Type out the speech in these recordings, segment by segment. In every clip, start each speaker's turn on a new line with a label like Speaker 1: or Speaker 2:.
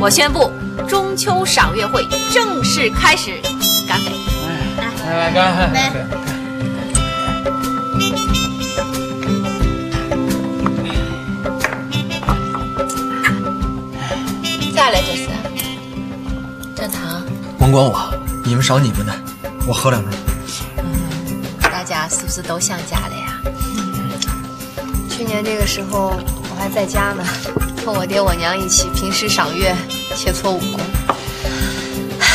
Speaker 1: 我宣布，中秋赏月会正式开始，干杯！
Speaker 2: 来来干！
Speaker 1: 再来这次，啊正堂，
Speaker 2: 甭管我，你们赏你们的，我喝两盅。
Speaker 1: 大家是不是都想家了呀？
Speaker 3: 嗯去年这个时候我还在家呢，和我爹我娘一起平时赏月、切磋武功，唉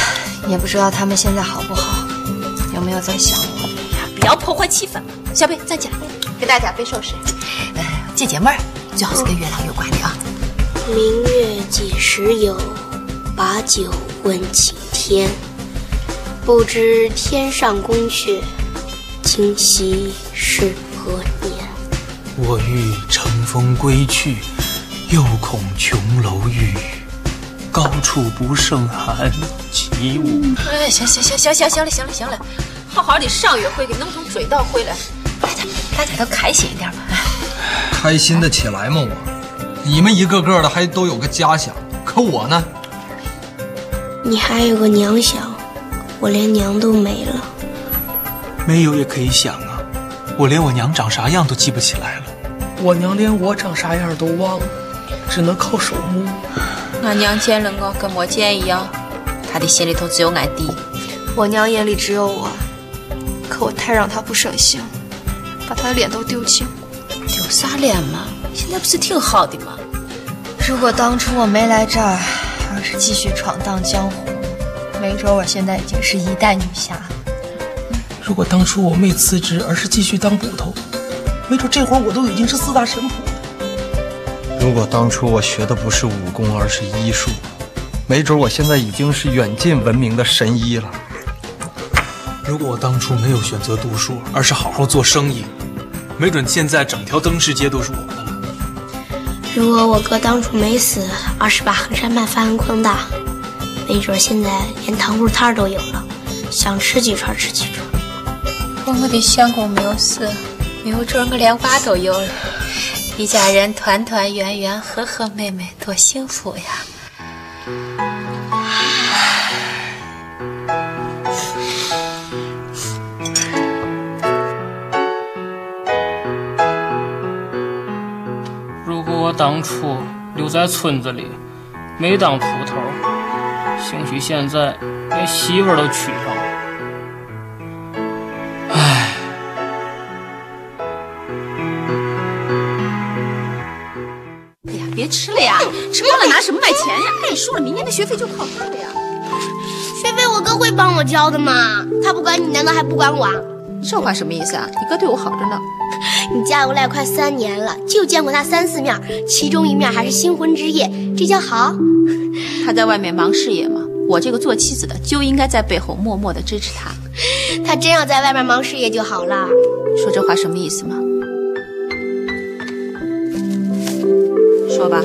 Speaker 3: 也不知道他们现在好不好，有没有在想我？
Speaker 1: 哎不要破坏气氛。小贝站起来，
Speaker 3: 给大家背首诗：
Speaker 1: 姐姐们儿最好是跟月亮有关的啊。
Speaker 4: 明月几时有？把酒问青天。不知天上宫阙，今夕是何年？
Speaker 5: 我欲乘风归去，又恐琼楼玉宇，高处不胜寒。起舞，
Speaker 1: 哎，行行行行行行了行了行了，好好的赏月会给弄成追悼会了，大家大家都开心一点吧。
Speaker 2: 开心的起来嘛我，你们一个个的还都有个家想，可我呢？
Speaker 4: 你还有个娘想，我连娘都没了。
Speaker 5: 没有也可以想啊，我连我娘长啥样都记不起来了。
Speaker 6: 我娘连我长啥样都忘了，只能靠手摸。
Speaker 1: 俺娘见了我跟没见一样，她的心里头只有俺弟。
Speaker 3: 我娘眼里只有我，可我太让她不省心，把她的脸都丢尽。
Speaker 1: 丢啥脸嘛？现在不是挺好的吗？
Speaker 3: 如果当初我没来这儿，而是继续闯荡江湖，没准我现在已经是一代女侠。
Speaker 6: 如果当初我没辞职，而是继续当捕头，没准这会儿我都已经是四大神捕了。
Speaker 2: 如果当初我学的不是武功，而是医术，没准我现在已经是远近闻名的神医了。
Speaker 5: 如果我当初没有选择读书，而是好好做生意，没准现在整条灯市街都是我的了。
Speaker 4: 如果我哥当初没死，而是把衡山卖发扬光大，没准现在连糖葫芦摊儿都有了，想吃几串吃几串。
Speaker 1: 我的相公没有死，没准我连娃都有了，一家人团团圆圆、和和美美，多幸福呀！
Speaker 7: 如果我当初留在村子里，没当捕头，兴许现在连媳妇儿都娶上了。
Speaker 1: 哎呀，别吃了呀，吃光了拿什么买钱呀？看你输了，明年的学费就考到了呀。
Speaker 4: 学费我哥会帮我交的嘛，他不管你，难道还不管我？
Speaker 1: 这话什么意思啊？你哥对我好着呢。
Speaker 4: 你嫁过来快三年了，就见过他三四面，其中一面还是新婚之夜，这叫好？
Speaker 1: 他在外面忙事业嘛，我这个做妻子的就应该在背后默默的支持他。
Speaker 4: 他真要在外面忙事业就好了。
Speaker 1: 说这话什么意思嘛？说吧，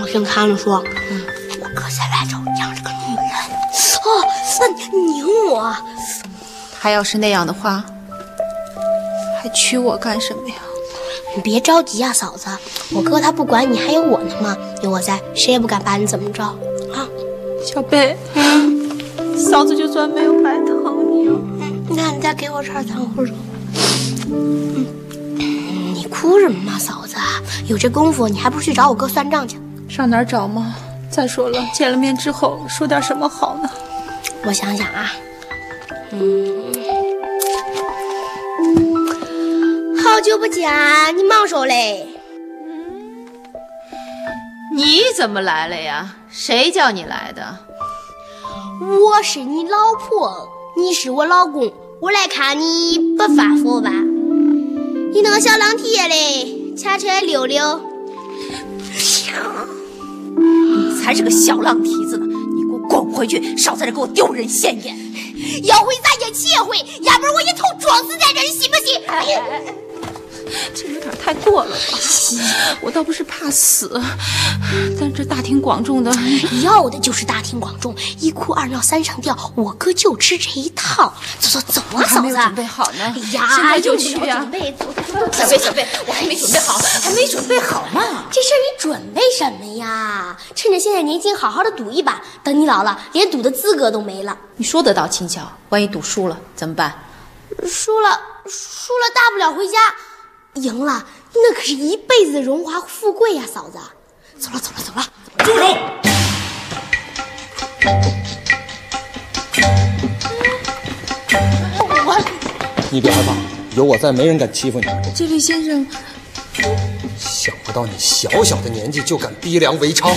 Speaker 4: 我听他们说，嗯我哥在外头养着个女人，哦，那拧我，
Speaker 1: 他要是那样的话，还娶我干什么呀？
Speaker 4: 你别着急啊，嫂子，我哥他不管你，还有我呢嘛，有我在，谁也不敢把你怎么着啊。
Speaker 1: 小贝，嫂子就算没有白疼你。
Speaker 4: 嗯你看，你再给我串糖葫芦。嗯你哭什么嘛，嫂子？啊有这功夫，你还不如去找我哥算账去。
Speaker 8: 上哪儿找吗？再说了，见了面之后说点什么好呢？
Speaker 4: 我想想啊，嗯，好久不见，啊你忙什么嘞？
Speaker 1: 你怎么来了呀？谁叫你来的？
Speaker 4: 我是你老婆，你是我老公，我来看你不发火吧？你那个小狼蹄嘞，牵出来溜溜。
Speaker 1: 你才是个小浪蹄子呢！你给我滚回去，少在这给我丢人现眼！
Speaker 4: 要回咱一起回，要不然我一头撞死在这儿，你信不信？哎呀，
Speaker 9: 这有点太过了吧？我倒不是怕死，但这大庭广众的，
Speaker 4: 要的就是大庭广众，一哭二闹三上吊，我哥就吃这一套。走走走啊，
Speaker 9: 还
Speaker 4: 嫂
Speaker 9: 没
Speaker 4: 子！
Speaker 9: 有准备好呢
Speaker 4: 哎呀，哎
Speaker 9: 现在就
Speaker 4: 用
Speaker 9: 去
Speaker 4: 不着
Speaker 9: 啊
Speaker 4: 准备，走走走，小贝小贝，我还没准备好，还没准备好嘛。这事儿你准备什么呀？趁着现在年轻，好好的赌一把，等你老了，连赌的资格都没了。
Speaker 1: 你说得倒轻巧，万一赌输了怎么办？
Speaker 4: 输了，输了大不了回家；赢了，那可是一辈子的荣华富贵呀、嫂子。走了，走了，走了。
Speaker 5: 住手！
Speaker 10: 你别害怕，有我在，没人敢欺负你。
Speaker 9: 这位先生，
Speaker 10: 想不到你小小的年纪就敢逼良为娼，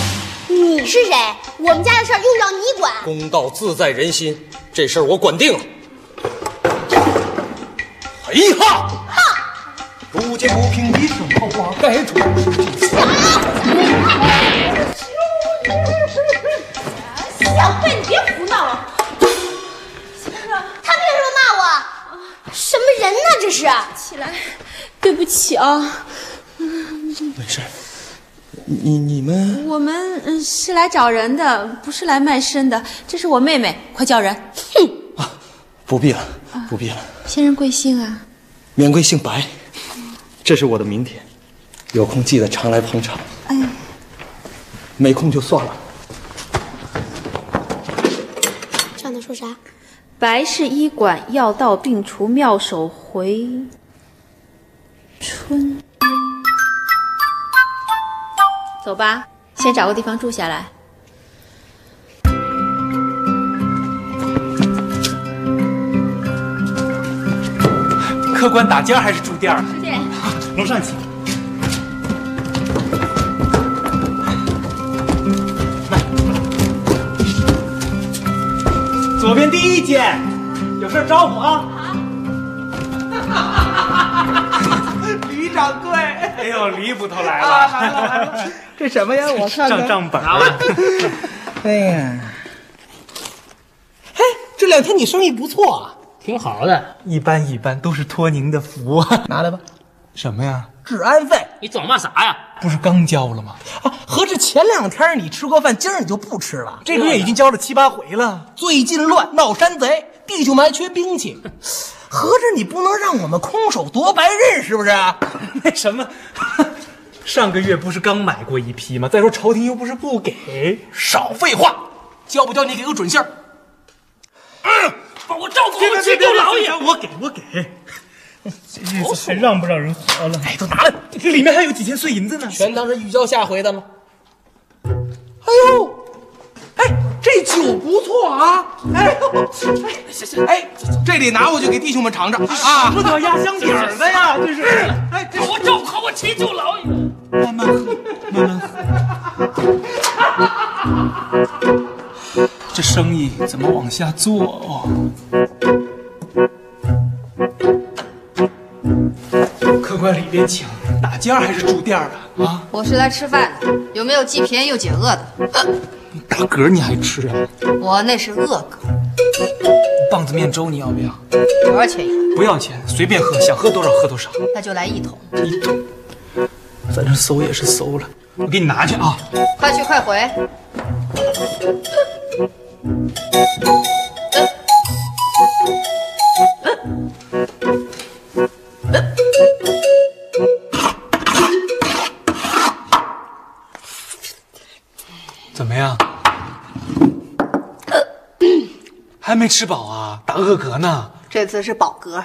Speaker 4: 你是谁？我们家的事儿用着你管？
Speaker 10: 公道自在人心，这事儿我管定了。嘿哈！路见不平一声炮，花该出。
Speaker 4: 小贝，你别胡闹了。他凭什么骂
Speaker 3: 啊
Speaker 4: 我？什么人呢？这是？
Speaker 9: 对不起啊，
Speaker 10: 没事，你你们
Speaker 9: 我们嗯是来找人的，不是来卖身的。这是我妹妹，快叫人。
Speaker 10: 不必了，不必了。
Speaker 9: 先生贵姓啊？
Speaker 10: 免贵姓白，这是我的名帖，有空记得常来捧场。哎，没空就算了。
Speaker 4: 上头说啥？
Speaker 1: 白氏医馆药到病除，妙手回春。走吧，先找个地方住下来。
Speaker 5: 客官打尖儿还是住店儿？住
Speaker 1: 店。
Speaker 5: 楼上请。来左边第一间，有事儿招呼啊。 李掌柜，啊哎呦，李捕头来了，
Speaker 6: 这什么呀？我看
Speaker 5: 账
Speaker 6: 看。
Speaker 5: 账本啊，
Speaker 6: 哎呀，嘿，这两天你生意不错啊。
Speaker 7: 挺好的。
Speaker 5: 一般一般，都是托您的福啊。
Speaker 6: 拿来吧，
Speaker 5: 什么呀？
Speaker 6: 治安费
Speaker 7: 你总骂啥呀？
Speaker 5: 不是刚交了吗？
Speaker 6: 啊，合着前两天你吃过饭，今儿你就不吃了。
Speaker 5: 这个月已经交了七八回了。
Speaker 6: 最近乱闹山贼，弟兄们还缺兵 器，合着你不能让我们空手夺白刃是不啊是？
Speaker 5: 那什么，上个月不是刚买过一批吗？再说朝廷又不是不给，
Speaker 6: 少废话，交不交你给个准信儿。
Speaker 5: 啊把我照顾
Speaker 7: 好这个老
Speaker 5: 爷，我给我给，这日子还让不让人活了？哎，都拿来，这里面还有几千碎银子呢。
Speaker 6: 全当是预交下回的了。哎呦，哎，这酒不错啊！哎呦，哎，哎，这里拿过去给弟兄们尝尝啊！
Speaker 5: 不得压箱底儿的呀，这是。哎，这
Speaker 7: 我照顾我七舅老爷。
Speaker 5: 慢慢喝，慢慢喝。这生意怎么往下做哦？客官里边请，打尖儿还是住店儿的啊？
Speaker 3: 我是来吃饭的，有没有既便宜又解饿的？
Speaker 5: 大嗝你还吃啊？
Speaker 3: 我那是饿哥，
Speaker 5: 棒子面粥你要不要？
Speaker 3: 多少钱一碗？
Speaker 5: 不要钱，随便喝，想喝多少喝多少。
Speaker 3: 那就来一桶，
Speaker 5: 你反正搜也是搜了，我给你拿去啊。
Speaker 3: 快去快回。
Speaker 5: 怎么样？还没吃饱啊？打饿嗝呢？
Speaker 3: 这次是饱嗝，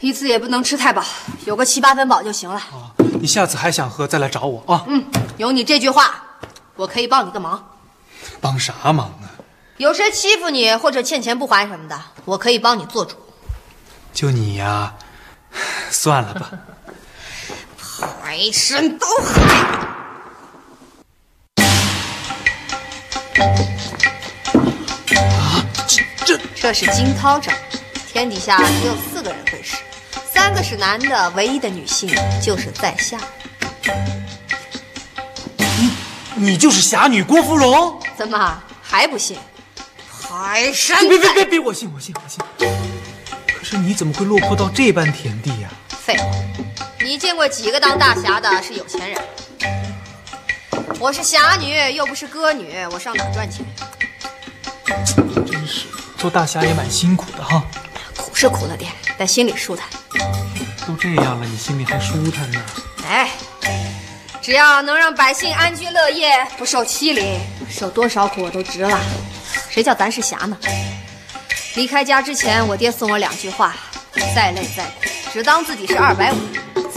Speaker 3: 一次也不能吃太饱，有个七八分饱就行了。
Speaker 5: 啊，你下次还想喝再来找我啊。
Speaker 3: 嗯，有你这句话，我可以帮你个忙。
Speaker 5: 帮啥忙啊？
Speaker 3: 有谁欺负你或者欠钱不还什么的，我可以帮你做主。
Speaker 5: 就你呀、算了吧。
Speaker 3: 浑身都汗。啊这这是惊涛掌，天底下只有四个人会使，三个是男的，唯一的女性就是在下。
Speaker 5: 你就是侠女郭芙蓉？
Speaker 3: 怎么还不信？还身
Speaker 5: 别别别别，我信我信我信。可是你怎么会落魄到这般田地呀、
Speaker 3: 废话，你见过几个当大侠的是有钱人？我是侠女，又不是歌女，我上哪儿赚钱？
Speaker 5: 真是做大侠也蛮辛苦的哈。
Speaker 3: 苦是苦了点，但心里舒坦。
Speaker 5: 都这样了，你心里还舒坦呢？
Speaker 3: 哎，只要能让百姓安居乐业，不受欺凌，受多少苦我都值了。谁叫咱是侠呢？离开家之前，我爹送我两句话：再累再苦，只当自己是二百五；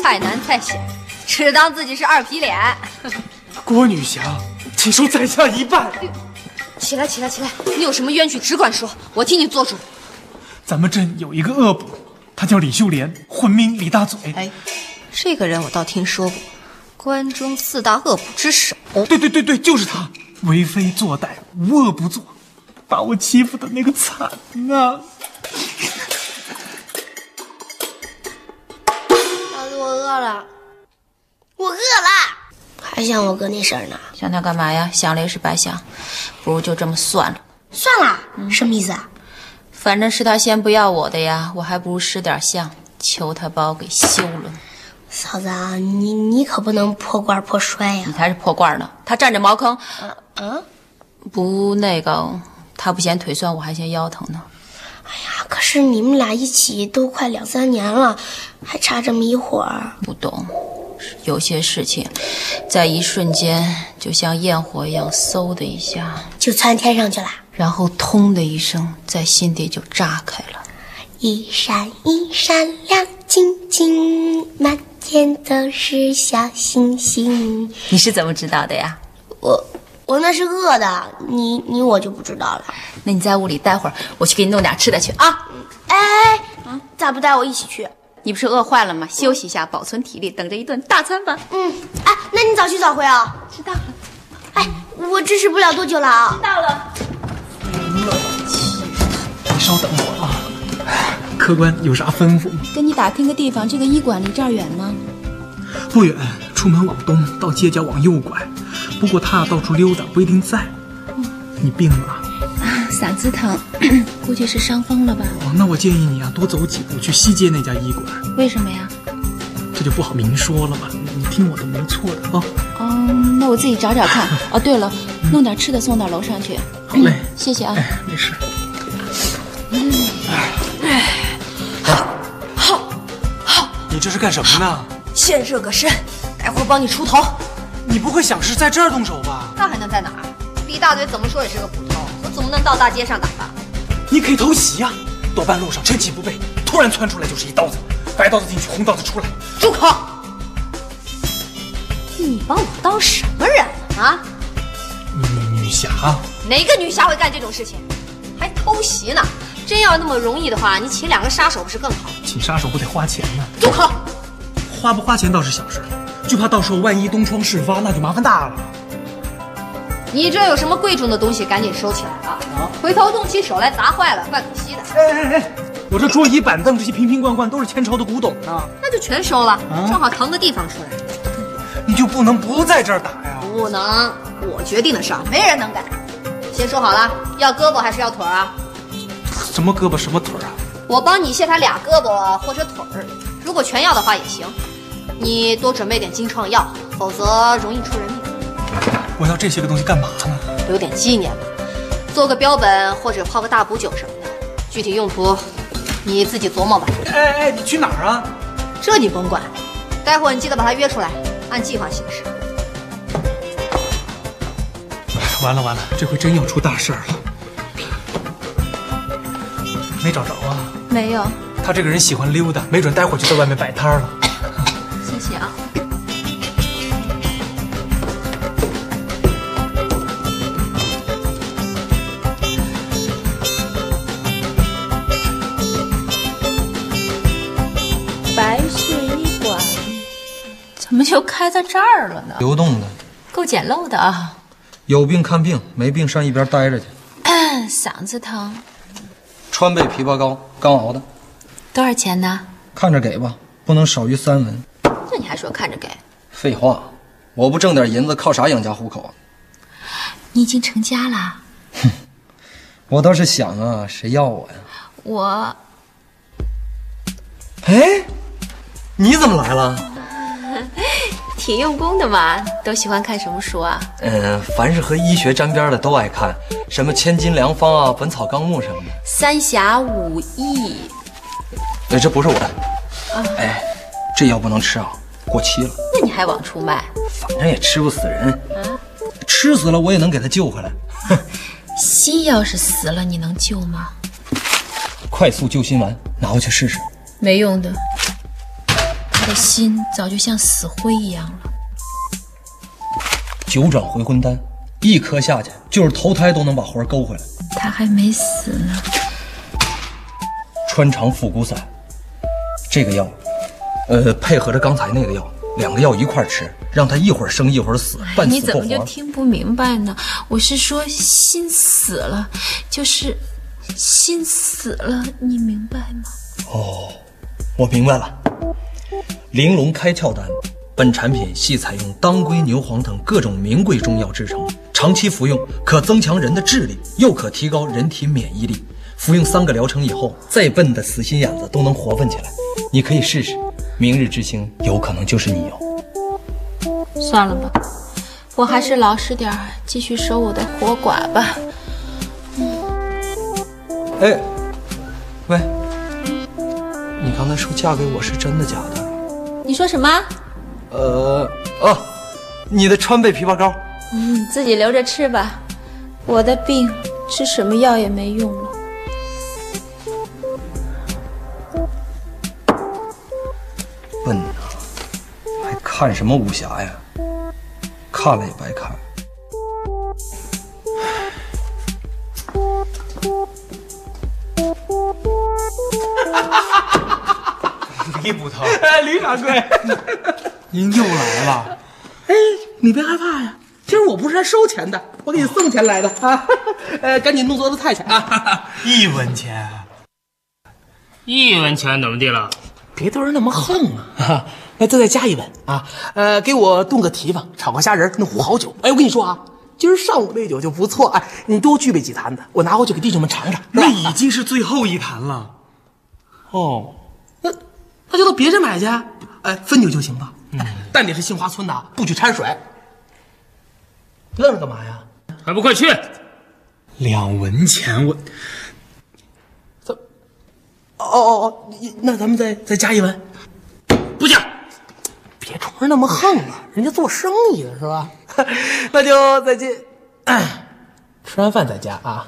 Speaker 3: 再难再险，只当自己是二皮脸。
Speaker 5: 郭女侠，请受在下一拜。
Speaker 3: 起来，起来，起来！你有什么冤屈，只管说，我替你做主。
Speaker 5: 咱们镇有一个恶捕，他叫李秀莲，混名李大嘴。哎，
Speaker 3: 这个人我倒听说过，关中四大恶捕之首。
Speaker 5: 对对对对，就是他，为非作歹，无恶不作，把我欺负的那个惨呐、
Speaker 4: 老子我饿了，我饿了。
Speaker 1: 还想我哥那事儿呢？想他干嘛呀？想了也是白想，不如就这么算了。
Speaker 4: 算了，什么意思啊？
Speaker 1: 反正是他先不要我的呀，我还不如识点相，求他把我给休了。
Speaker 4: 嫂子啊，你你可不能破罐破摔呀、
Speaker 1: 你才是破罐呢！他占着茅坑，啊，不那个，他不嫌腿酸，我还嫌腰疼呢。
Speaker 4: 啊！可是你们俩一起都快两三年了，还差这么一会儿。
Speaker 1: 不懂，有些事情，在一瞬间就像焰火一样，嗖的一下
Speaker 4: 就窜天上去了。
Speaker 1: 然后通的一声，在心底就炸开了。
Speaker 4: 一闪一闪亮晶晶，满天都是小星星。
Speaker 1: 你是怎么知道的呀？
Speaker 4: 我我那是饿的，你你我就不知道了。
Speaker 1: 那你在屋里待会儿，我去给你弄点吃的去啊。
Speaker 4: 哎哎哎，咋不带我一起去？
Speaker 1: 你不是饿坏了吗？休息一下，保存体力，等着一顿大餐吧。
Speaker 4: 嗯，哎，那你早去早回啊。知道了。哎，我支持不了多久了啊。知道了。
Speaker 5: 你稍等我啊。客官有啥吩咐吗？
Speaker 11: 跟你打听个地方，这个医馆离这儿远吗？
Speaker 5: 不远，出门往东，到街角往右拐。不过他到处溜达，不一定在。你病了？
Speaker 11: 嗓子疼，估计是伤风了吧？
Speaker 5: 哦，那我建议你啊，多走几步去西街那家医馆，
Speaker 11: 为什么呀？
Speaker 5: 这就不好明说了吧？你听我的，没错的啊。
Speaker 11: 哦，那我自己找找 看。哦，对了，弄点吃的送到楼上去。
Speaker 5: 嗯好嘞哎
Speaker 11: 嗯谢谢啊。嗯
Speaker 5: 没事。哎你这是干什么呢？
Speaker 3: 先热个身，待会儿帮你出头。
Speaker 5: 你不会想是在这儿动手吧？
Speaker 3: 那还能在哪儿？李大嘴怎么说也是个捕头，我总不能到大街上打吧？
Speaker 5: 你可以偷袭呀、啊多半路上趁其不备，突然窜出来就是一刀子，白刀子进去，红刀子出来。
Speaker 3: 住口！你把我当什么人了啊？
Speaker 5: 女侠，
Speaker 3: 哪个女侠会干这种事情？还偷袭呢？真要那么容易的话，你请两个杀手不是更好？
Speaker 5: 请杀手不得花钱呢？
Speaker 3: 住口！
Speaker 5: 花不花钱倒是小事，就怕到时候万一东窗事发，那就麻烦大了。
Speaker 3: 你这有什么贵重的东西，赶紧收起来啊！回头动起手来砸坏了，怪可惜的。
Speaker 5: 哎哎哎，我这桌椅板凳这些瓶瓶罐罐都是前朝的古董啊呢，
Speaker 3: 那就全收了，正好腾个地方出来。
Speaker 5: 你就不能不在这儿打呀？
Speaker 3: 不能，我决定的事儿，没人能改。先说好了，要胳膊还是要腿儿啊？
Speaker 5: 什么胳膊什么腿儿啊？
Speaker 3: 我帮你卸他俩胳膊或者腿儿，如果全要的话也行。你多准备点金创药，否则容易出人命，
Speaker 5: 我要这些个东西干嘛呢？
Speaker 3: 留点纪念吧。做个标本或者泡个大补酒什么的，具体用途你自己琢磨吧。
Speaker 5: 哎哎，你去哪儿啊？
Speaker 3: 这你甭管，待会儿你记得把他约出来，按计划行事。
Speaker 5: 完了完了，这回真要出大事儿了。没找着啊？
Speaker 11: 没有，
Speaker 5: 他这个人喜欢溜达，没准待会儿就在外面摆摊儿了。
Speaker 11: 谢谢啊。
Speaker 1: 白事医馆，怎么就开在这儿了呢？
Speaker 6: 流动的，
Speaker 1: 够简陋的啊！
Speaker 6: 有病看病，没病上一边待着去。
Speaker 1: 嗓子疼，
Speaker 6: 川贝枇杷膏，刚熬的，
Speaker 1: 多少钱呢？
Speaker 6: 看着给吧，不能少于三文。
Speaker 1: 这你还说看着给？
Speaker 6: 废话，我不挣点银子，靠啥养家糊口啊？
Speaker 11: 你已经成家了，
Speaker 6: 我倒是想啊，谁要我呀？
Speaker 11: 我
Speaker 6: 哎，你怎么来了？
Speaker 12: 挺用功的嘛。都喜欢看什么书啊？
Speaker 5: 嗯，凡是和医学沾边的都爱看，什么《千金良方》啊，《本草纲目》什么的。
Speaker 12: 三侠五义
Speaker 5: 哎，这不是我的，
Speaker 12: 啊，
Speaker 5: 哎，这药不能吃啊，过期了，
Speaker 12: 那你还往出卖？
Speaker 5: 反正也吃不死人，
Speaker 12: 啊，
Speaker 5: 吃死了我也能给他 救回来。
Speaker 12: 心要是死了，你能救吗？
Speaker 5: 快速救心丸，拿回去试试。
Speaker 12: 没用的，他的心早就像死灰一样了。
Speaker 5: 九转回魂丹，一颗下去就是投胎都能把魂勾回来。
Speaker 12: 他还没死呢，
Speaker 5: 穿肠复骨散，这个药，呃，配合着刚才那个药，两个药一块儿吃，让他一会儿生一会儿死，半
Speaker 12: 哎你
Speaker 5: 死
Speaker 12: 怎
Speaker 5: 不
Speaker 12: 么就
Speaker 5: 活。
Speaker 12: 听不明白呢？我是说心死了，就是心死了，你明白吗？
Speaker 5: 哦，我明白了。玲珑开窍丹，本产品系采用当归、牛黄等各种名贵中药制成，长期服用可增强人的智力，又可提高人体免疫力。服用三个疗程以后，再笨的死心眼子都能活泛起来。你可以试试，明日之星有可能就是你哦。
Speaker 13: 算了吧，
Speaker 9: 我还是老实点儿，继续守我的活寡吧。
Speaker 5: 哎，喂，你刚才说嫁给我是真的假的？
Speaker 9: 你说什么？
Speaker 5: 呃，哦，你的川贝枇杷膏。
Speaker 9: 嗯，自己留着吃吧。我的病吃什么药也没用了。
Speaker 5: 笨呐，还看什么武侠呀？看了也白 看。
Speaker 14: 李捕 头，
Speaker 6: 哎，李掌柜，
Speaker 14: 您又来了。
Speaker 6: 哎，你别害怕呀，今儿我不是来收钱的，我给你送钱来的啊。呃，赶紧弄桌子菜去啊。
Speaker 14: 一文钱，
Speaker 7: 一文钱怎么地了？
Speaker 6: 别对人那么横啊！啊，那再再加一碗啊，呃，给我炖个蹄膀，炒个虾仁儿，弄壶好酒。哎，我跟你说啊，今儿上午那酒就不错，哎，你多具备几坛子，我拿回去给弟兄们尝尝。那已经是最后一坛了。哦，那那就到别人买去，哎，分酒就行吧。哎但你是杏花村的，不许掺水。愣着干嘛呀？
Speaker 7: 还 不快去！
Speaker 14: 两文钱，我
Speaker 6: 哦哦哦，你那咱们再再加一碗。不加，别冲人那么横啊，人家做生意的是吧？那就再见。吃完饭再加啊。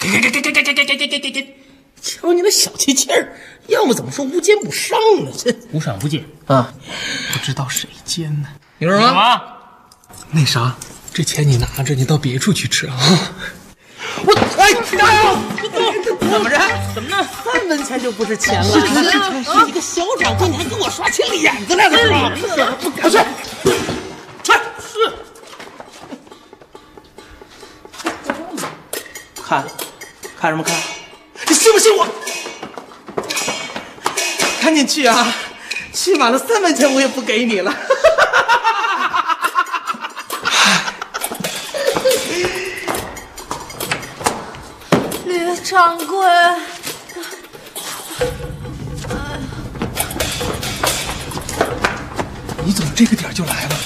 Speaker 7: 给给给给给给给给给给给！
Speaker 6: 瞧你那小气气儿，要么怎么说无奸不商呢？这
Speaker 7: 无赏不进。
Speaker 6: 啊，不知道谁奸呢？
Speaker 7: 你说什么？
Speaker 6: 那啥，这钱你拿着，你到别处去吃啊。
Speaker 14: 我哎呀，
Speaker 6: 怎么着？怎么着？三文钱就不是啊钱了？是一个小掌柜，你还跟我耍起脸子来了是吧？哎不敢，看，看什么看？你信不信我？赶紧去啊！去晚了三文钱我也不给你了。
Speaker 15: 吕掌柜，
Speaker 14: 你怎么这个点儿就来了？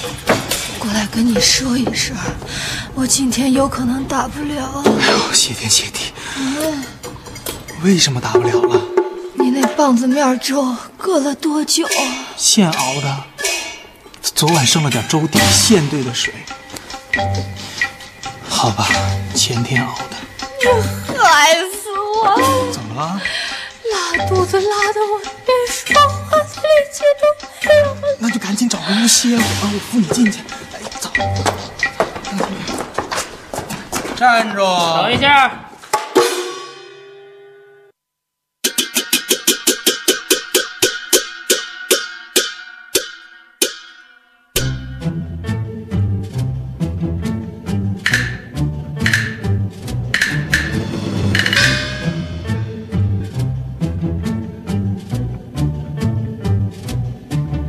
Speaker 3: 过来跟你说一声，啊我今天有可能打不了。
Speaker 14: 哦谢天谢地，
Speaker 3: 嗯，
Speaker 14: 为什么打不了了？
Speaker 3: 你那棒子面粥搁了多久？
Speaker 14: 现熬的，昨晚剩了点粥底，现兑的水。好吧，前天熬的，
Speaker 3: 害死我！
Speaker 14: 怎么了？
Speaker 3: 拉肚子拉的我连说话的力气都没有了。
Speaker 14: 那就赶紧找个屋歇会儿啊，我扶你进去。
Speaker 16: 站住！等
Speaker 7: 一下。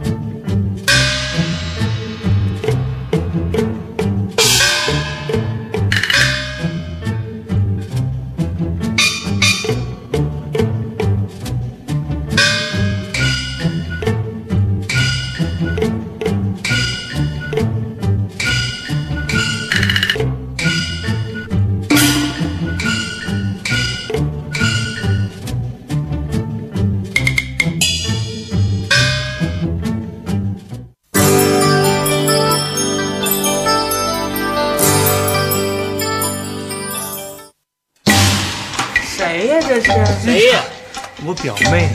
Speaker 14: 哎，
Speaker 6: 这是
Speaker 7: 谁呀？
Speaker 2: 我表妹，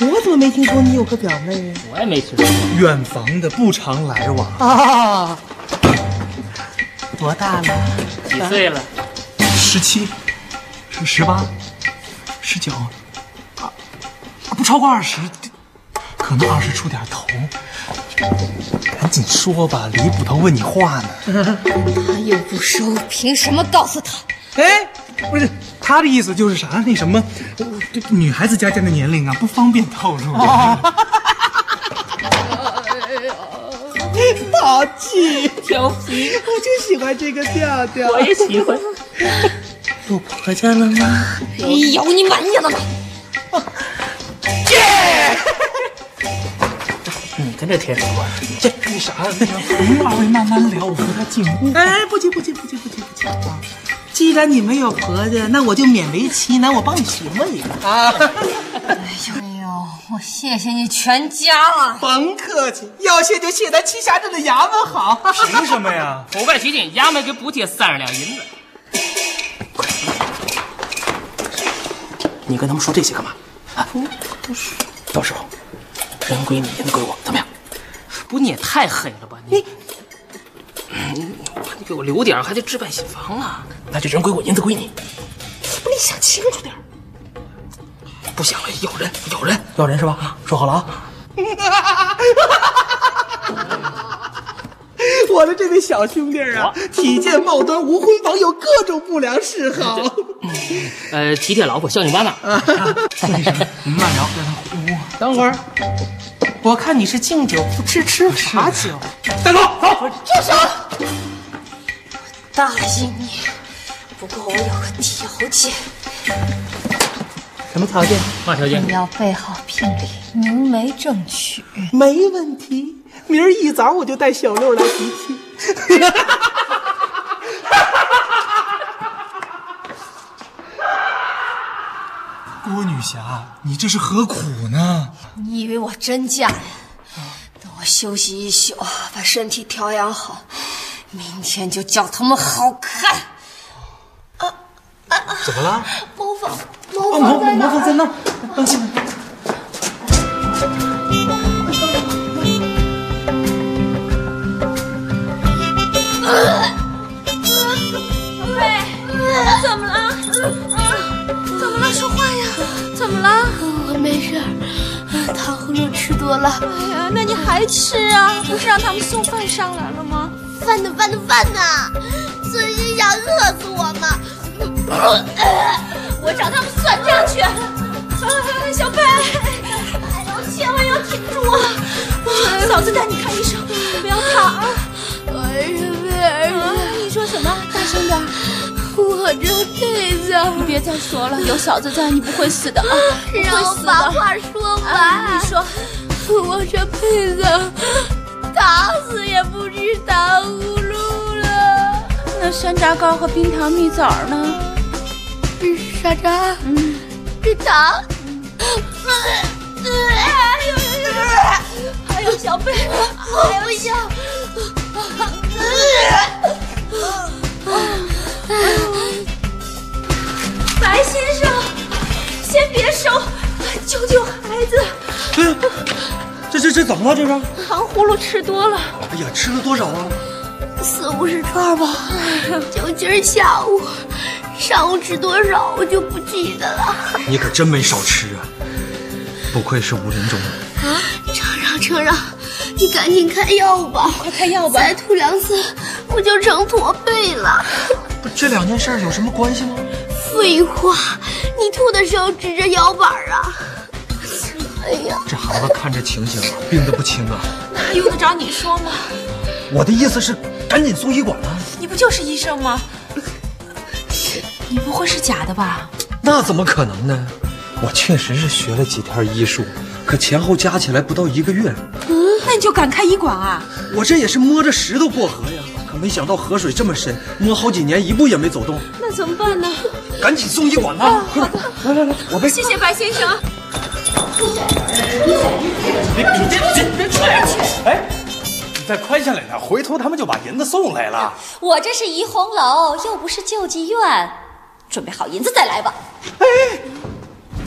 Speaker 6: 我怎么没听说你有个表妹呀？
Speaker 7: 我也没听说。
Speaker 2: 远房的不常来往。
Speaker 6: 啊，多大了？
Speaker 7: 几岁了？
Speaker 5: 十七，十八，十九，啊，不超过二十，可能二十出点头。赶紧说吧，李捕头问你话呢。
Speaker 17: 他又不收，凭什么告诉他？
Speaker 5: 哎，不是，他的意思就是啥？那什么，呃这女孩子家家的年龄啊，不方便透
Speaker 6: 哦
Speaker 5: 露。
Speaker 6: 好气，调皮，我就喜欢这个调调。我也喜欢。
Speaker 17: 老婆家了吗？有，你满意了吗？
Speaker 7: 你跟这天说话，
Speaker 5: 这那啥，我们二位慢慢聊，我和他进屋。
Speaker 6: 哎，不急不急不急不急不急啊！既然你没有婆家，那我就勉为其难，我帮你寻摸一个啊！
Speaker 3: 哎呦，我谢谢你全家了。
Speaker 6: 甭客气，要谢就谢咱栖霞镇的衙门好。
Speaker 5: 凭什么呀？
Speaker 7: 头外起点衙门给补贴三十两银子。
Speaker 6: 你跟他们说这些干嘛？啊，
Speaker 7: 都是
Speaker 6: 到时候人归你，银子归我，怎么样？
Speaker 7: 不，你也太黑了吧！你，嗯你给我留点儿，还得置办新房啊！
Speaker 6: 那就人归我，银子归你。
Speaker 7: 不，你想清楚点。
Speaker 6: 不行了，有人，有人，有人是吧？啊说好了啊。我的这位小兄弟啊，体健貌端，无婚房，有各种不良嗜好。
Speaker 7: 呃，体贴老婆，孝敬妈妈。
Speaker 6: 你们慢聊，让他回屋。等会儿，我看你是敬酒不吃吃罚酒。带走，走，
Speaker 17: 住手！我答应你，不过我有个条件，
Speaker 6: 什么条件？
Speaker 7: 嘛条件
Speaker 3: 你？要备好聘礼，明媒正娶。
Speaker 6: 没问题，明儿一早我就带小六来提亲。
Speaker 5: 郭女侠，你这是何苦呢？
Speaker 17: 你以为我真嫁呀？等我休息一宿，把身体调养好，明天就叫他们好看。
Speaker 5: 怎么了？
Speaker 17: 茅房，
Speaker 5: 哦
Speaker 17: 茅房在哪
Speaker 5: 茅
Speaker 17: 儿？
Speaker 5: 房在那儿。
Speaker 8: 喂，怎么了？
Speaker 4: 嗯
Speaker 8: 啊，怎么了？说话呀！怎么了？
Speaker 4: 我嗯没事儿，糖葫芦吃多了。
Speaker 8: 哎呀，那你还吃啊？不是让他们送饭上来了吗？
Speaker 4: 饭呢？饭呢？饭呢？孙心想饿死我吗？
Speaker 8: 我找他们算账去。哎小贝，
Speaker 4: 哎
Speaker 8: 你千万要挺住啊！嫂子带你看医生，不要怕啊！
Speaker 4: 哎
Speaker 8: 我你说什么？大声点！我这被子。你别再说了，有嫂子在，你不会死的啊！不
Speaker 4: 让
Speaker 8: 会
Speaker 4: 我
Speaker 8: 死的。
Speaker 4: 把话说完。
Speaker 8: 啊你说，
Speaker 4: 我这辈子打死也不吃糖葫芦了。
Speaker 8: 那山楂糕和冰糖蜜枣呢？
Speaker 4: 莎莎，嗯，是糖。哎哎
Speaker 8: 还有小贝，
Speaker 4: 我不想。
Speaker 8: 白先生，先别收，救救孩子！
Speaker 18: 这这这怎么了？这是？
Speaker 8: 糖葫芦吃多了，
Speaker 18: 哎呀，吃了多少啊？
Speaker 4: 四五十串吧， 就今儿下午，上午吃多少我就不记得了。
Speaker 18: 你可真没少吃啊！不愧是武林中人。
Speaker 4: 啊，程让程让，你赶紧开药吧，快开药吧！再吐两次我就成驼背了。
Speaker 2: 不，这两件事儿有什么关系吗？
Speaker 4: 废话，你吐的时候指着摇板儿啊！哎呀，
Speaker 2: 这孩子看这情形啊，病得不轻啊！
Speaker 8: 那用得着你说吗？
Speaker 2: 我的意思是，赶紧送医馆啊！
Speaker 8: 你不就是医生吗？你不会是假的吧？
Speaker 18: 那怎么可能呢？我确实是学了几天医术，可前后加起来不到一个月。
Speaker 8: 嗯，那你就敢开医馆啊？
Speaker 18: 我这也是摸着石头过河呀，可没想到河水这么深，摸好几年一步也没走动。
Speaker 8: 那怎么办呢？
Speaker 18: 赶紧送医馆呐！快点，来来来，我被
Speaker 8: 谢谢白先生。
Speaker 5: 别别别别踹去！哎，你再宽下来点，回头他们就把银子送来了。
Speaker 19: 我这是怡红楼，又不是救济院。
Speaker 20: 准备好银子再来吧。
Speaker 21: 哎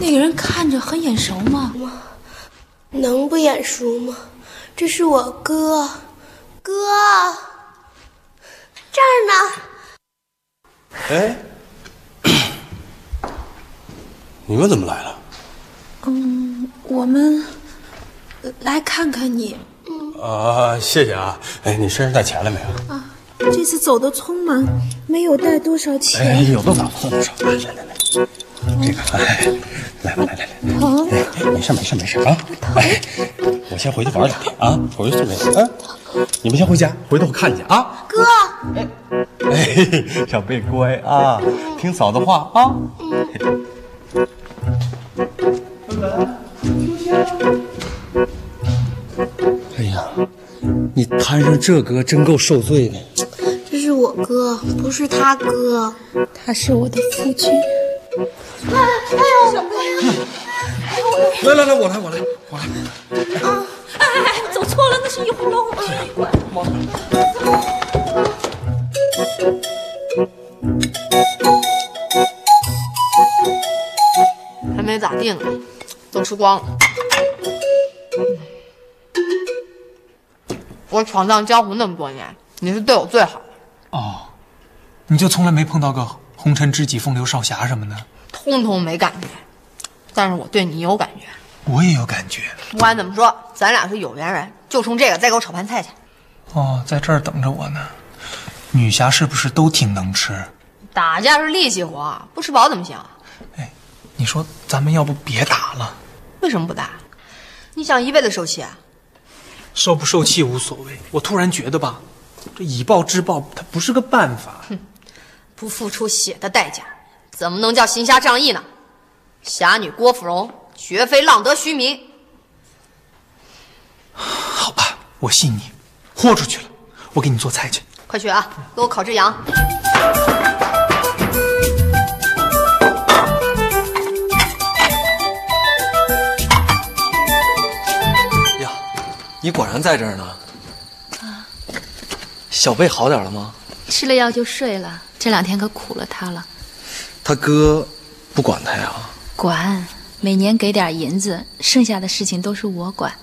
Speaker 21: 那个人看着很眼熟吗？
Speaker 4: 能不眼熟吗？这是我哥，哥，这儿呢。
Speaker 22: 哎，你们怎么来了？
Speaker 21: 嗯，我们呃来看看你
Speaker 22: 啊，谢谢啊。哎，你身上带钱了没有？
Speaker 21: 啊。这次走的匆忙，没有带多少钱。
Speaker 22: 哎，有多少算多少。来来来来，这个，哎，来吧来来来，
Speaker 21: 疼
Speaker 22: 哎，没事没事没事啊。哎，我先回去玩两天啊，回去没事。哎，你们先回家，回头我看去啊。
Speaker 4: 哥，
Speaker 22: 哎，小贝乖啊，听嫂子话啊。哎呀，你摊上这歌真够受罪的。
Speaker 4: 这是我哥，不是他哥，他是我的夫君。
Speaker 20: 哎哎呦，小贝，
Speaker 22: 来来来，我来我来。
Speaker 20: 哎哎，走错了，那是一葫芦。哎呦
Speaker 3: 还没咋地呢，都吃光了。我闯荡江湖那么多年，你是对我最好的，
Speaker 23: 哦，你就从来没碰到个红尘知己、风流少侠什么的？
Speaker 3: 通通没感觉。但是我对你有感觉。
Speaker 23: 我也有感觉。
Speaker 3: 不管怎么说，咱俩是有缘人，就冲这个再给我炒盘菜去。
Speaker 23: 哦，在这儿等着我呢。女侠是不是都挺能吃？
Speaker 3: 打架是力气活，不吃饱怎么行？啊
Speaker 23: 哎你说咱们要不别打了？
Speaker 3: 为什么不打？你想一辈子受气啊？
Speaker 23: 受不受气无所谓。我突然觉得吧，这以暴制暴它不是个办法。
Speaker 3: 不付出血的代价，怎么能叫行侠仗义呢？侠女郭芙蓉绝非浪得虚名。
Speaker 23: 我信你，豁出去了。我给你做菜去。
Speaker 3: 快去啊，给我烤只羊。
Speaker 5: 你果然在这儿呢。小贝好点了吗？
Speaker 9: 吃了药就睡了，这两天可苦了他了。
Speaker 5: 他哥不管他呀？
Speaker 9: 管，每年给点银子，剩下的事情都是我管，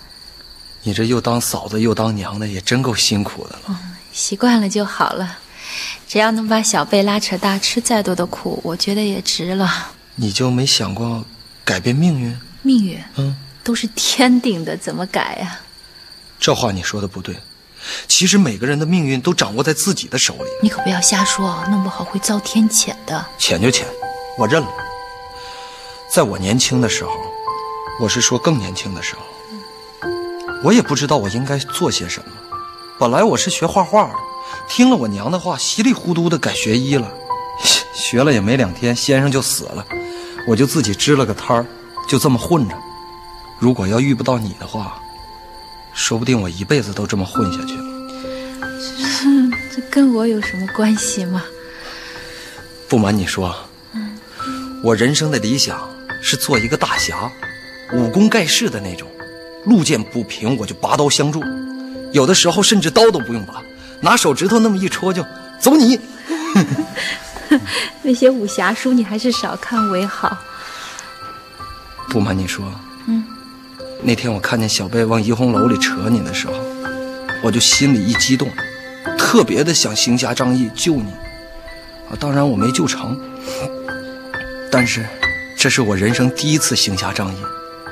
Speaker 5: 你这又当嫂子又当娘的，也真够辛苦的了。
Speaker 9: 习惯了就好了。只要能把小贝拉扯大，吃再多的苦，我觉得也值了。
Speaker 5: 你就没想过改变命运？
Speaker 9: 命运
Speaker 5: 嗯，
Speaker 9: 都是天定的，怎么改啊呀、
Speaker 5: 这话你说的不对。其实每个人的命运都掌握在自己的手里，
Speaker 9: 你可不要瞎说啊，弄不好会遭天谴的。
Speaker 5: 浅就浅，我认了。在我年轻的时候，我是说更年轻的时候，我也不知道我应该做些什么。本来我是学画画的，听了我娘的话，稀里糊涂的改学医了。 学了也没两天，先生就死了，我就自己支了个摊儿，就这么混着。如果要遇不到你的话，说不定我一辈子都这么混下去了。
Speaker 9: 这跟我有什么关系吗？
Speaker 5: 不瞒你说，
Speaker 9: 嗯
Speaker 5: 我人生的理想是做一个大侠，武功盖世的那种，路见不平我就拔刀相助，有的时候甚至刀都不用拔，拿手指头那么一戳就走你。
Speaker 9: 那些武侠书你还是少看为好。
Speaker 5: 不瞒你说，
Speaker 9: 嗯，
Speaker 5: 那天我看见小贝往怡红楼里扯你的时候，我就心里一激动，特别的想行侠仗义救你，啊，当然我没救成，但是这是我人生第一次行侠仗义，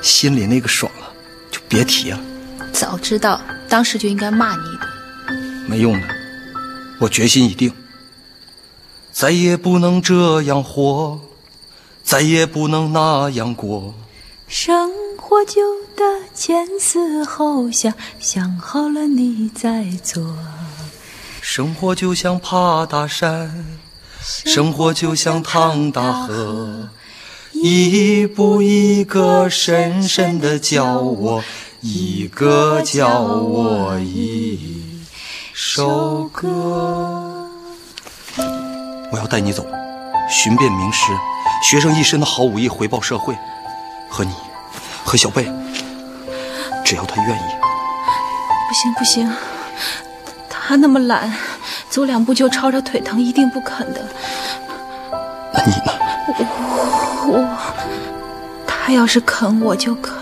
Speaker 5: 心里那个爽啊，就别提了，
Speaker 9: 早知道当时就应该骂你一顿。
Speaker 5: 没用的，我决心已定，再也不能这样活，再也不能那样过。
Speaker 24: 生活就得前思后想，想好了你再做。
Speaker 5: 生活就像爬大山，生活就像趟大河，一步一个深深的教我，一个教我一首歌。我要带你走，寻遍名师，学生一身的好武艺回报社会，和你，和小贝，只要他愿意。
Speaker 21: 不行不行，他那么懒，走两步就抄着腿疼，一定不肯的。
Speaker 5: 那你呢？
Speaker 9: 我我，他要是肯我就肯。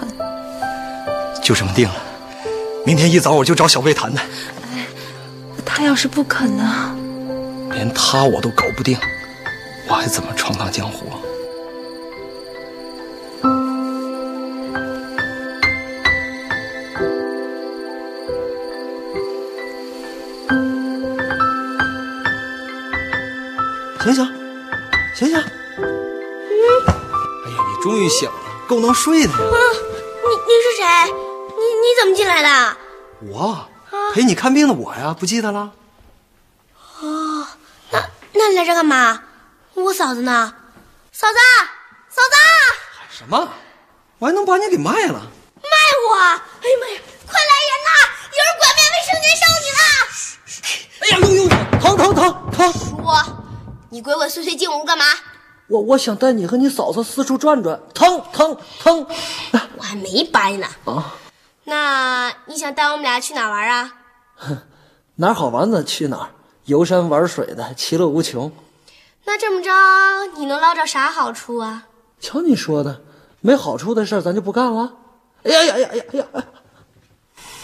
Speaker 5: 就这么定了。明天一早我就找小贝谈谈，
Speaker 9: 他要是不肯呢？
Speaker 5: 连他我都搞不定，我还怎么闯荡江湖啊？醒醒，醒醒！哎呀，你终于醒了，够能睡的呀！
Speaker 4: 你你是谁？你你怎么进来的？
Speaker 5: 我陪你看病的我呀，不记得了？
Speaker 4: 哦，那那你来这干嘛？我嫂子呢？嫂子，嫂子，
Speaker 5: 什么？我还能把你给卖了？
Speaker 4: 卖我！哎呀妈呀，快来人呐！有人拐卖未成年
Speaker 5: 哎
Speaker 4: 少女了！
Speaker 5: 呀，呦呦，疼疼疼疼！
Speaker 4: 说，你鬼鬼祟祟进屋干嘛？
Speaker 25: 我我想带你和你嫂子四处转转，疼疼疼！
Speaker 4: 我还没掰呢。
Speaker 25: 啊，
Speaker 4: 那你想带我们俩去哪儿玩啊？
Speaker 25: 哪儿好玩的去哪儿，游山玩水的，其乐无穷。
Speaker 4: 那这么着，你能捞着啥好处啊？
Speaker 25: 瞧你说的，没好处的事儿咱就不干了。哎呀呀呀呀呀！哎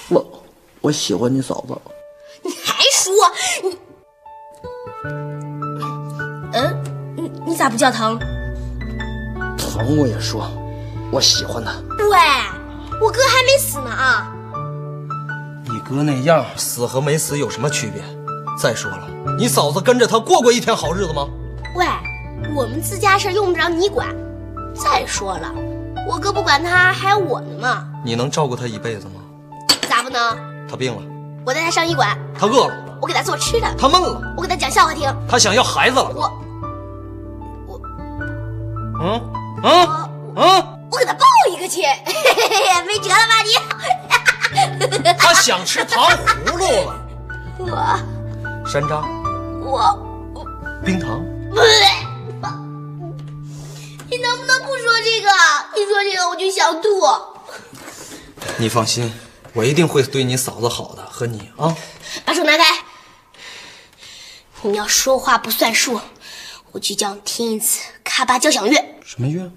Speaker 25: 我我喜欢你嫂子，
Speaker 4: 你还说你？嗯，你你咋不叫疼？
Speaker 25: 疼我也说，我喜欢她。
Speaker 4: 喂，我哥还没死呢啊！
Speaker 5: 你哥那样，死和没死有什么区别？再说了，你嫂子跟着他过过一天好日子吗？
Speaker 4: 喂，我们自家事儿用不着你管。再说了，我哥不管他，还有我呢嘛，
Speaker 5: 你能照顾他一辈子吗？
Speaker 4: 咋不能？
Speaker 5: 他病了，
Speaker 4: 我带他上医馆，
Speaker 5: 他饿了，
Speaker 4: 我给他做吃的，
Speaker 5: 他闷了，
Speaker 4: 我给他讲笑话听。
Speaker 5: 他想要孩子了。
Speaker 4: 我
Speaker 5: 嗯嗯嗯，
Speaker 4: 呃我给他抱一个去，嘿嘿嘿没辙了吧你？
Speaker 5: 他想吃糖葫芦了。
Speaker 4: 我
Speaker 5: 山楂、
Speaker 4: 我，
Speaker 5: 冰糖，
Speaker 4: 不对， 你能不能不说这个？一说这个我就想吐。
Speaker 5: 你放心，我一定会对你嫂子好的，和你啊。
Speaker 4: 把手拿开！你要说话不算数，我就叫你听一次咔吧交响乐。
Speaker 5: 什么乐？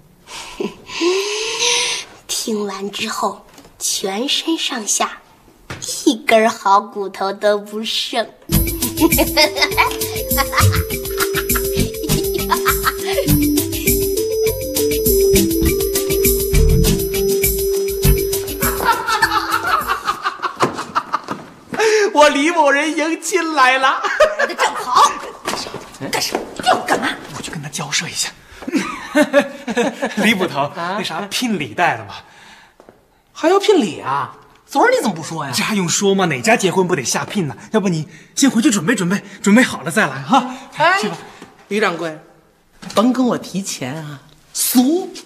Speaker 4: 听完之后，全身上下一根好骨头都不剩。
Speaker 6: 我李某人迎亲来了，
Speaker 4: 来的正好。
Speaker 6: 干什么？要干嘛？我去跟他交涉 一下。李捕头，
Speaker 5: 啊
Speaker 6: 那啥聘礼带了吗？还要聘礼啊？昨儿你怎么不说呀？
Speaker 26: 这还用说吗？哪家结婚不得下聘呢？要不你先回去准备准备，准备好了再来哈。
Speaker 6: 哎，李掌柜，甭跟我提钱啊，俗。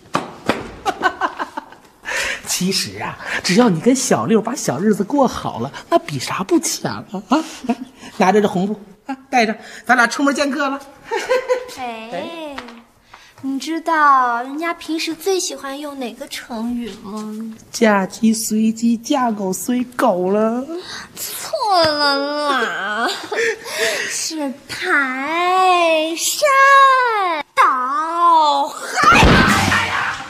Speaker 6: 其实啊，只要你跟小六把小日子过好了，那比啥不强啊啊！来，拿着这红布啊，带着，咱俩出门见客了。
Speaker 4: 哎，你知道人家平时最喜欢用哪个成语吗？
Speaker 6: 嫁鸡随鸡，嫁狗随狗了。
Speaker 4: 错了啦，是排山倒海。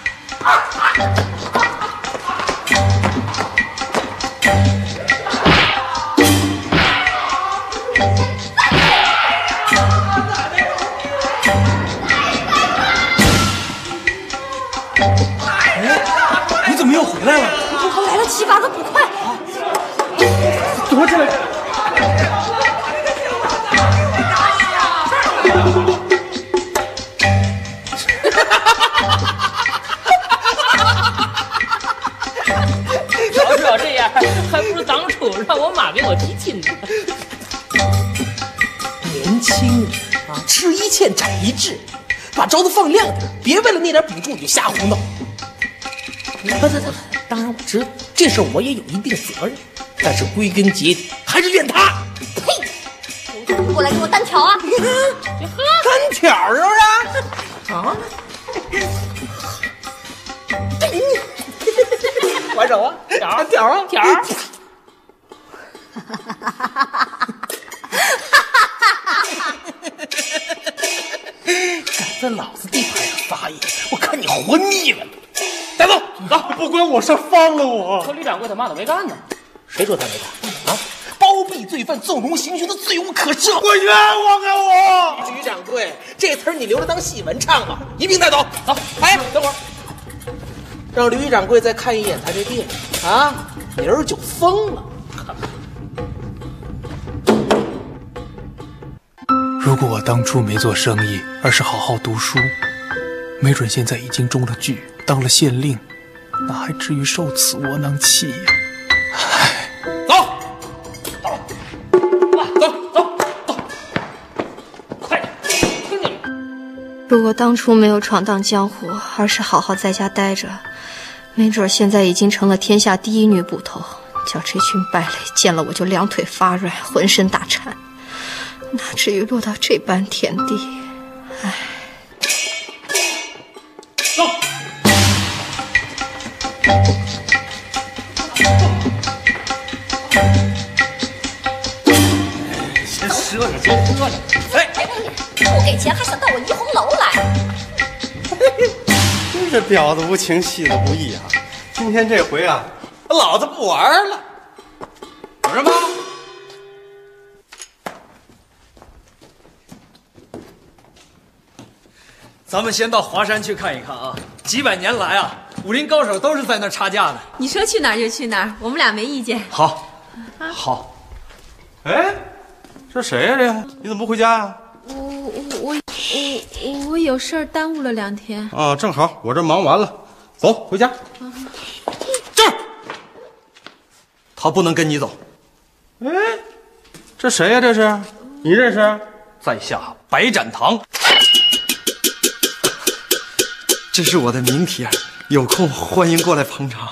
Speaker 26: 你怎么又回来了？
Speaker 27: 我来了，骑法子捕快！
Speaker 26: 躲起来！
Speaker 7: 瞧瞧这样，还不如当初让我妈给我提亲呢。
Speaker 6: 年轻人啊，吃一堑长一智，把招子放亮点，别为了那点补助你就瞎胡闹。不不不，当然我知道这事儿我也有一定责任，但是归根结底还是怨他。
Speaker 4: 过来给我单挑啊！
Speaker 6: 单挑啊是不是？ 啊！还手啊！挑挑啊！挑！敢在老子地盘上撒野，我看你活腻了。带走，走，啊不关我事，放了我。
Speaker 7: 可吕掌柜他妈的没干呢。
Speaker 6: 谁说他没干啊？包庇罪犯、纵容刑讯的罪无可赦。我冤枉啊！我吕掌柜，这词儿你留着当戏文唱吧，一并带走。走，哎，等会儿，让吕掌柜再看一眼他这店啊，明儿就封了。
Speaker 5: 如果我当初没做生意，而是好好读书，没准现在已经中了举，当了县令，哪还至于受此窝囊气呀、
Speaker 3: 如果当初没有闯荡江湖，而是好好在家待着，没准现在已经成了天下第一女捕头。叫这群败类见了我就两腿发软，浑身打颤，哪至于落到这般田地？唉。
Speaker 7: 先赊着，先赊着。
Speaker 8: 哎，不给钱还想到我怡红楼来？
Speaker 19: 真是婊子无情，戏子无义啊！今天这回啊，老子不玩了。有人吗？
Speaker 28: 咱们先到华山去看一看啊！几百年来啊，武林高手都是在那儿插架的。
Speaker 9: 你说去哪儿就去哪儿，我们俩没意见。
Speaker 28: 好，好，
Speaker 19: 哎，这谁呀、这个你怎么不回家呀、
Speaker 9: 我我我我我有事儿耽误了两天。
Speaker 19: 啊？正好我这忙完了，走回家。
Speaker 18: 他不能跟你走。
Speaker 19: 哎，这谁呀、这是你认识？
Speaker 18: 在下白展堂。
Speaker 2: 这是我的名帖，有空欢迎过来捧场。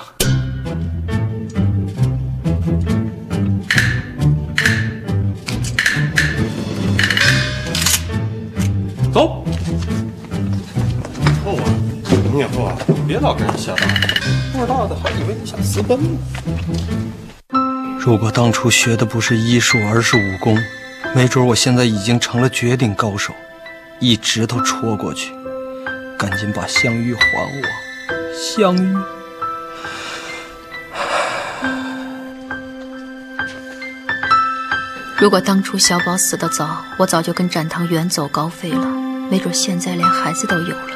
Speaker 19: 走。后啊，你以后啊，别老跟人瞎搭，不知道的还以为你想私奔呢。
Speaker 18: 如果当初学的不是医术，而是武功，没准我现在已经成了绝顶高手，一指头戳过去。赶紧把香玉还我，香玉。
Speaker 29: 如果当初小宝死得早，我早就跟展堂远走高飞了，没准现在连孩子都有了，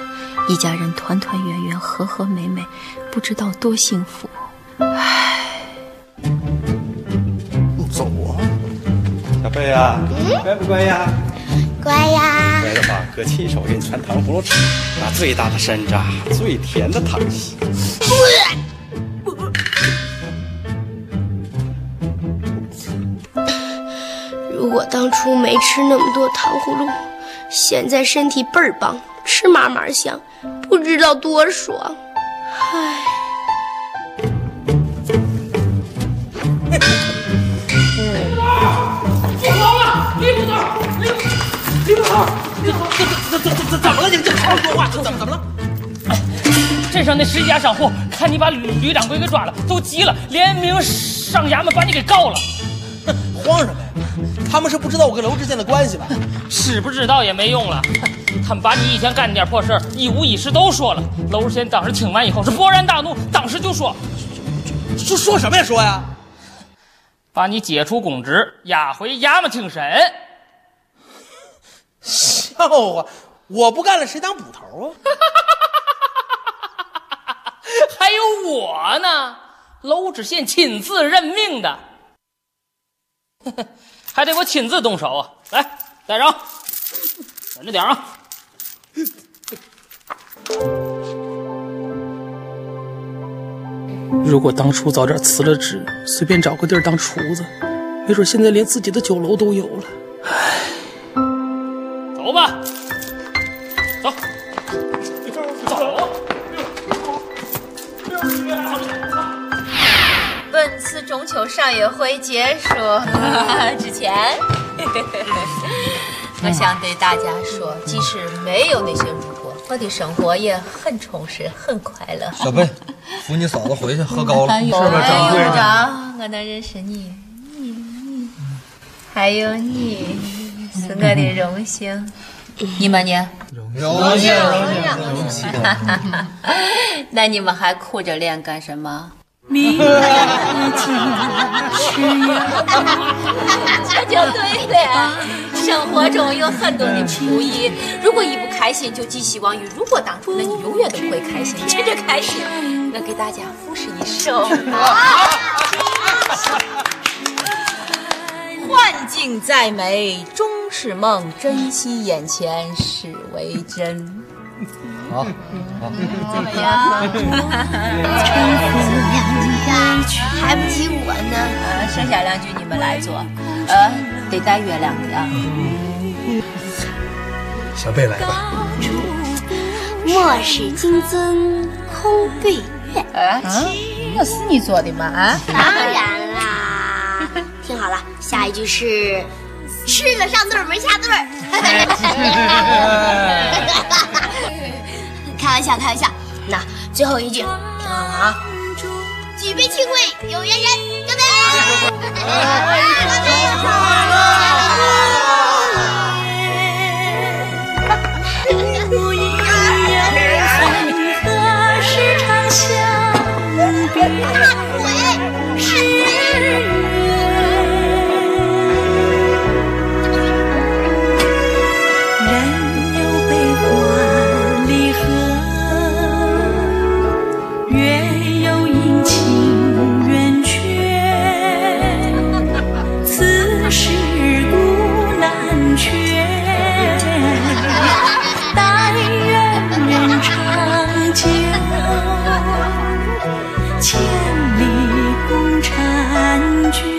Speaker 29: 一家人团团圆圆，和和美美，不知道多幸福。
Speaker 19: 走啊，小贝呀、乖不乖呀？
Speaker 30: 乖呀，
Speaker 19: 乖的话，哥亲手给你缠糖葫芦吃，那最大的山楂，最甜的糖稀。
Speaker 30: 如果当初没吃那么多糖葫芦，现在身体倍儿棒，吃嘛嘛香，不知道多爽。唉，
Speaker 8: 不好了，李捕头，李
Speaker 6: 李捕头，李捕头，怎怎怎怎怎么了？你们这还说话？怎怎么怎么了？
Speaker 7: 镇上那十几家商户看你把吕吕掌柜给抓了，都急了，联名上衙门把你给告了。
Speaker 6: 慌什么呀？他们是不知道我跟楼之间的关系吧？
Speaker 7: 是不知道也没用了， 他们把你以前干的点破事儿一五一十都说了。娄世先当时听完以后是勃然大怒，当时就说，
Speaker 6: 说说什么呀？说呀，
Speaker 7: 把你解除公职，押回衙门听审。
Speaker 6: 笑话！哦我不干了，谁当捕头啊？
Speaker 7: 还有我呢，娄知县亲自任命的， 还得我亲自动手啊！来，带上，稳着点啊！
Speaker 6: 如果当初早点辞了职，随便找个地儿当厨子，没准现在连自己的酒楼都有了。
Speaker 7: 走吧，走，走。
Speaker 1: 本次中秋上野会结束 之前， 我想对大家说，即使没有那些如果，我的生活也很充实，很快乐。
Speaker 18: 小贝，扶你嫂子回去，喝高了，
Speaker 1: 哎
Speaker 18: 是
Speaker 1: 呦
Speaker 18: 吧，掌柜
Speaker 1: 哎呦
Speaker 18: 的？
Speaker 1: 长我能认识你，你你，还有你，是我的荣幸。你们呢？
Speaker 19: 荣幸荣幸
Speaker 1: 荣幸！ 那你们还哭着练干什么？
Speaker 9: 明
Speaker 1: 白
Speaker 9: 情是呀，
Speaker 1: 这就对了。生活中有很多的不易，如果一不开心就寄希望于如果当初，那你永远都不会开心。趁着开心，我给大家复试一首。幻境再美终是梦，珍惜眼前是为真。
Speaker 2: 好，好。
Speaker 1: 怎么样？
Speaker 30: 两句还不及我呢。
Speaker 1: 呃，剩下两句你们来做，呃，得带月亮的啊。
Speaker 18: 小贝来吧。
Speaker 4: 莫使金樽空对月。
Speaker 1: 啊，这是你做的吗？啊，
Speaker 4: 当然啦。听好了，下一句是
Speaker 30: 吃了上顿儿没下顿儿。
Speaker 4: 开玩笑，开玩笑。那最后一句，听好了啊。
Speaker 30: 举杯庆会，有缘人，干杯！
Speaker 9: 不一样，何时长相比？人又悲欢离合，月又阴晴圆缺，此事古难全。但愿人长久，千里共婵娟。